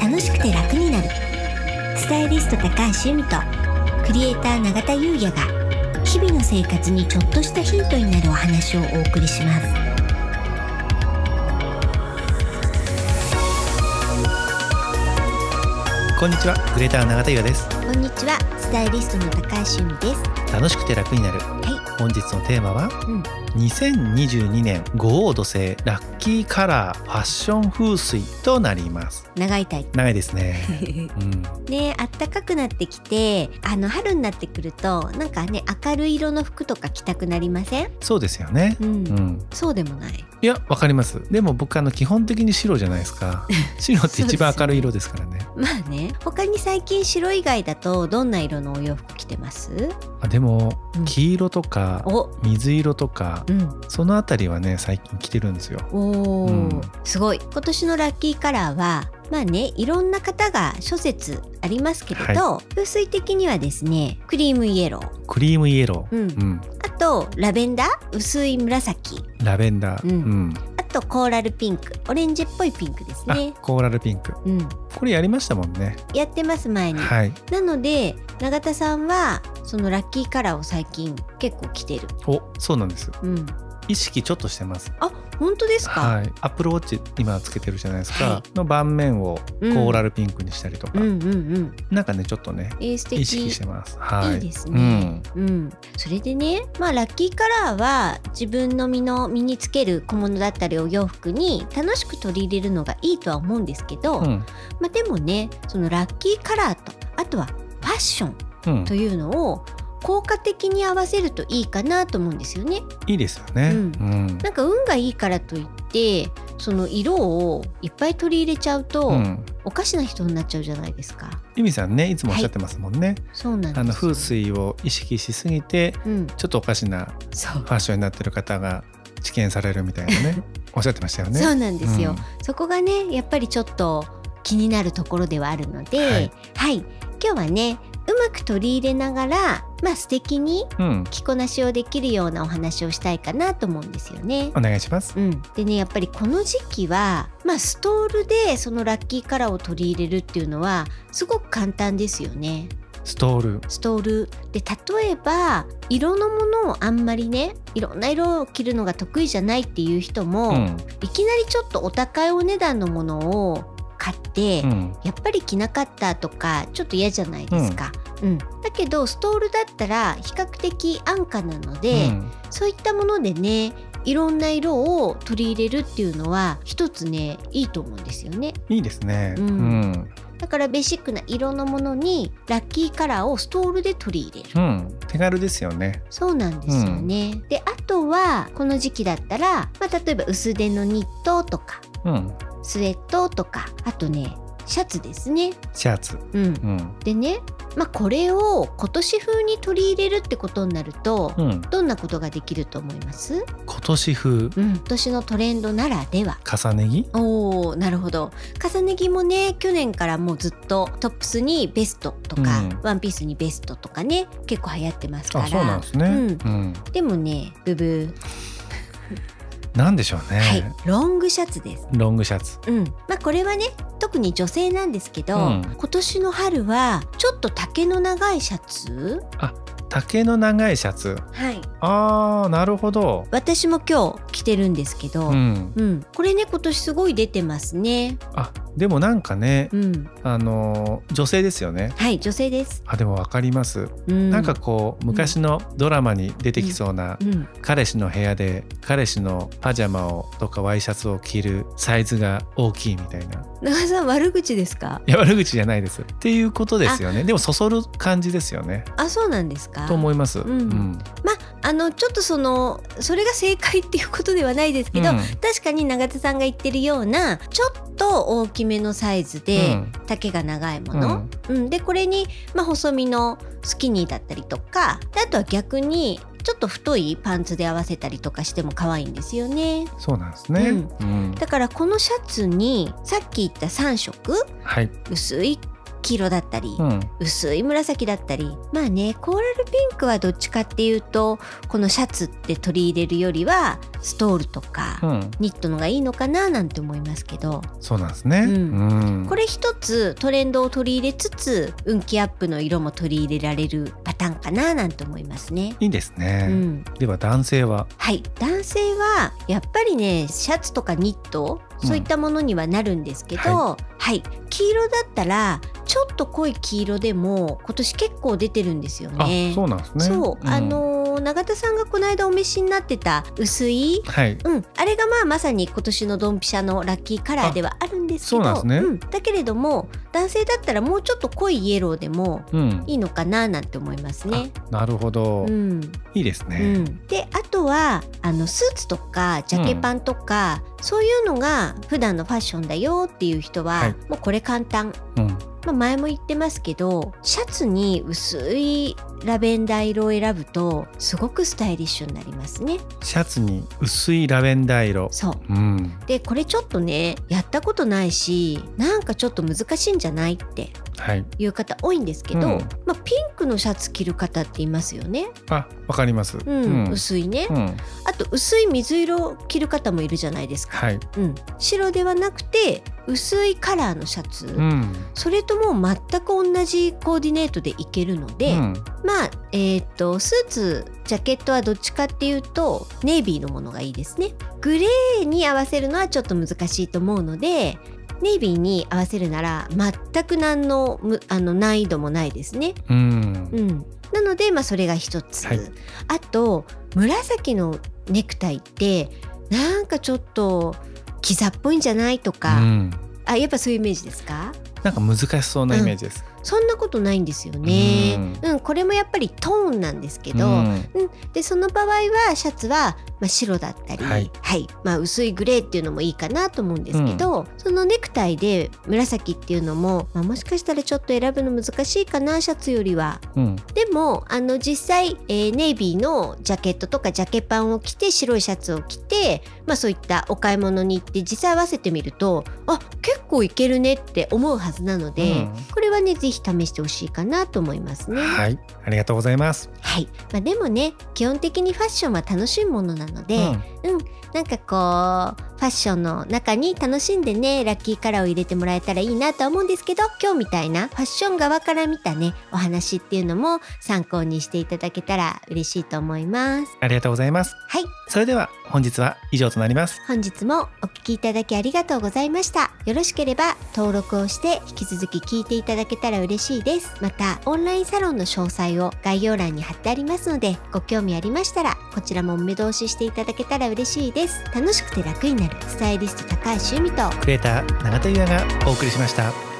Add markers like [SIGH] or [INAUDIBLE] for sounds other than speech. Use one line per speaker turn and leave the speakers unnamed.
楽しくて楽になるスタイリスト高橋由美とクリエイター永田優也が日々の生活にちょっとしたヒントになるお話をお送りします
こんにちはクレーター永田優也です
こんにちはスタイリストの高橋由美です
楽しくて楽になる
は
本日のテーマは
うん
2022年五王土星ラッキーカラーファッション風水となります
い長いタイ
長いですね
[LAUGHS]
うん、
ねあったかくなってきてあの春になってくるとなんかね明るい色の服とか着たくなりません
そうですよね
う、
うんん、
そうでもない
いやわかりますでも僕あの基本的に白じゃないで
[LAUGHS]
すか白って一番明るい色ですからね
まあね他に最近白以外だとどんな色のお洋服着てます
あでも
うん
黄色とか
お
水色とか
うん
そのあたりはね最近着てるんですよ
おー
うん
すごい今年のラッキーカラーはまあねいろんな方が諸説ありますけれど、風水的にはですねクリームイエロー、
クリームイエロー、
うん
うん、
あとラベンダー薄い紫
ラベンダー、
うん
うん
あとコーラルピンクオレンジっぽいピンクです
あ
ね。
コーラルピンク
うん、
これやりましたもんね
やってます前に、
はい
なので永田さんはそのラッキーカラーを最近結構着てる、
おそうなんです
うん、
意識ちょっとしてます
あ本当ですか、
はいアップルウォッチ今つけてるじゃないですか、
は
の盤面をコ
うん
ーラルピンクにしたりとか、
うんうんうん
なんかねちょっとね
えー素敵
意識してますはい
いですね、うん、それでね、まあ、ラッキーカラーは自分の身の身につける小物だったりお洋服に楽しく取り入れるのがいいとは思うんですけど、
うんうん
まあ、でもねそのラッキーカラーとあとはファッション
うん
というのを効果的に合わせるといいかなと思うんですよね。
いいですよね、
う
うんん
なんか運がいいからといってその色をいっぱい取り入れちゃうと、
うん
おかしな人になっちゃうじゃないですか。
ゆみさんねいつもおっしゃってますもんね、
そうなんですよ
あの風、水を意識しすぎて
うん、
ちょっとおかしな
そう
ファッションになってる方が知見されるみたいな
[LAUGHS]
ねおっしゃってましたよね。
そう
う
なんですよ、
ん
そこがねやっぱりちょっと気になるところではあるので、は
はいい、
今日はねうまく取り入れながらまあ素敵に
うん、
着こなしをできるようなお話をしたいかなと思うんですよね。
お願いします。
うん、でねやっぱりこの時期は、まあ、ストールでそのラッキーカラーを取り入れるっていうのはすごく簡単ですよね。
ストール、
ストールで例えば色のものをあんまりねいろんな色を着るのが得意じゃないっていう人も、
うん
いきなりちょっとお高いお値段のものを買って、
うん、
やっぱり着なかったとかちょっと嫌じゃないですか、うんだけどストールだったら比較的安価なので、
うん
そういったものでねいろんな色を取り入れるっていうのは一つねいいと思うんですよね
いいですね。
う
うんん、うん、
だからベーシックな色のものにラッキーカラーをストールで取り入れる
手軽ですよね。
そうなんですよね、であとはこの時期だったら、まあ、例えば薄手のニットとか
うん、
スウェットとかあとねシャツですね。
シャツ、
うん、
うん、
でね、まあ、これを今年風に取り入れるってことになると、
うん、
どんなことができると思います、
今年風
うん、今年のトレンドならでは。
重ね着、
おーなるほど重ね着もね去年からもうずっとトップスにベストとか、
うん
ワンピースにベストとかね結構流行ってますから
あ、そうなんですね。
う
うん、
でもねブブ
なんでしょう
ー、
ね。
はいロングシャツです
ロングシャツ、
うん、まあこれはね特に女性なんですけど、
うん
今年の春はちょっと丈の長いシャツ、
丈の長いシャツ。ああ、なるほど。
私も今日着てるんですけど、う
うんん、
これね今年すごい出てますね、
あ、でもなんかね、
うん、
あのー女性ですよね。
はい女性です、
あ、でもわかります。
うん、
なんかこう昔のドラマに出てきそうな
うん、
彼氏の部屋で彼氏のパジャマをとかワイシャツを着るサイズが大きいみたいな
長田さん悪口ですか
いや悪口じゃないですっていうことですよねでもそそる感じですよね
あそうなんですか
と思います、
んまああのちょっとそのそれが正解っていうことではないですけど、
うん
確かに永田さんが言ってるようなちょっと大きめのサイズ
う
で
ん
丈が長いも
う
の、
ん
うん、でこれに、まあ、細身のスキニーだったりとかであとは逆にちょっと太いパンツで合わせたりとかしても可愛いんですよね
そうなんですね、
うん
うん
だからこのシャツにさっき言った3色
はい
薄い黄色だったり、
うん
薄い紫だったりまあねコーラルピンクはどっちかっていうとこのシャツって取り入れるよりはストールとか、
うん、
ニットのがいいのかななんて思いますけど
そうなんですね。
う
うん
これ一つトレンドを取り入れつつ運気アップの色も取り入れられるパターンかななんて思いますね。
いいです
う
ね。
ん、
では男性は、
はい男性はやっぱりねシャツとかニット
うん
そういったものにはなるんですけど、
は
はい、黄色だったらちょっと濃い黄色でも今年結構出てるんですよね
あ、。そうなんですね。
そう、
ん
あのー永田さんがこの間お召しになってた薄い
はい、
うん、あれがまあまさに今年のドンピシャのラッキーカラーではあるんですけど
あそうなんですね
んだけれども男性だったらもうちょっと濃いイエローでも
うん、
いいのかななんて思いますね。
なるほど、
うん
いいです
う
ね。
ん、であとはあのスーツとかジャケパンとか、そういうのが普段のファッションだよっていう人は、
はい
もうこれ簡単、
うん、
まあ、前も言ってますけどシャツに薄いラベンダー色を選ぶとすごくスタイリッシュになりますね。
シャツに薄いラベンダー色。
そう
うん、
でこれちょっとねやったことないしなんかちょっと難しいんじゃないって
はい。
いう方多いんですけど、
うん
まあ、ピンクのシャツ着る方っていますよね、
あ、わかります。
うん
うん
薄いね、
うん
あと薄い水色を着る方もいるじゃないですか、
はい。
うん、白ではなくて薄いカラーのシャツ、
うん。
それともう全く同じコーディネートでいけるので、
うん、
まあえーっとスーツジャケットはどっちかっていうとネイビーのものがいいですねグレーに合わせるのはちょっと難しいと思うのでネイビーに合わせるなら全く何のむあの難易度もないですね、
うん、
うん、なので、まあ、それが一つ、
はい
あと紫のネクタイってなんかちょっとキザっぽいんじゃないとか、
うん
あやっぱそういうイメージですか
なんか難しそうなイメージです。
そんなことないんですよね
う
うん、これもやっぱりトーンなんですけど、
うん
でその場合はシャツは、まあ、白だったり、
は
はいいまあ、薄いグレーっていうのもいいかなと思うんですけど、そのネクタイで紫っていうのも、まあ、もしかしたらちょっと選ぶの難しいかなシャツよりは。
うん、
でもあの実際、えーネイビーのジャケットとかジャケパンを着て白いシャツを着て、まあ、そういったお買い物に行って実際合わせてみるとあ結構いけるねって思うはずなので、
うん
これはねぜひ試してほしいかなと思いますね。
はい、ありがとうございます。
はい、まあ、でもね基本的にファッションは楽しいものなので、
うん
なんかこうファッションの中に楽しんでねラッキーカラーを入れてもらえたらいいなとは思うんですけど今日みたいなファッション側から見たねお話っていうのも参考にしていただけたら嬉しいと思います。
ありがとうございます。
はい
それでは本日は以上となります。
本日もお聞きいただきありがとうございました。よろしければ登録をして引き続き聞いていただけたら嬉しいです。またオンラインサロンの詳細を概要欄に貼ってありますのでご興味ありましたらこちらも目通ししていただけたら嬉しいです。楽しくて楽になるスタイリスト高橋由美と
クレーター永田優也がお送りしました。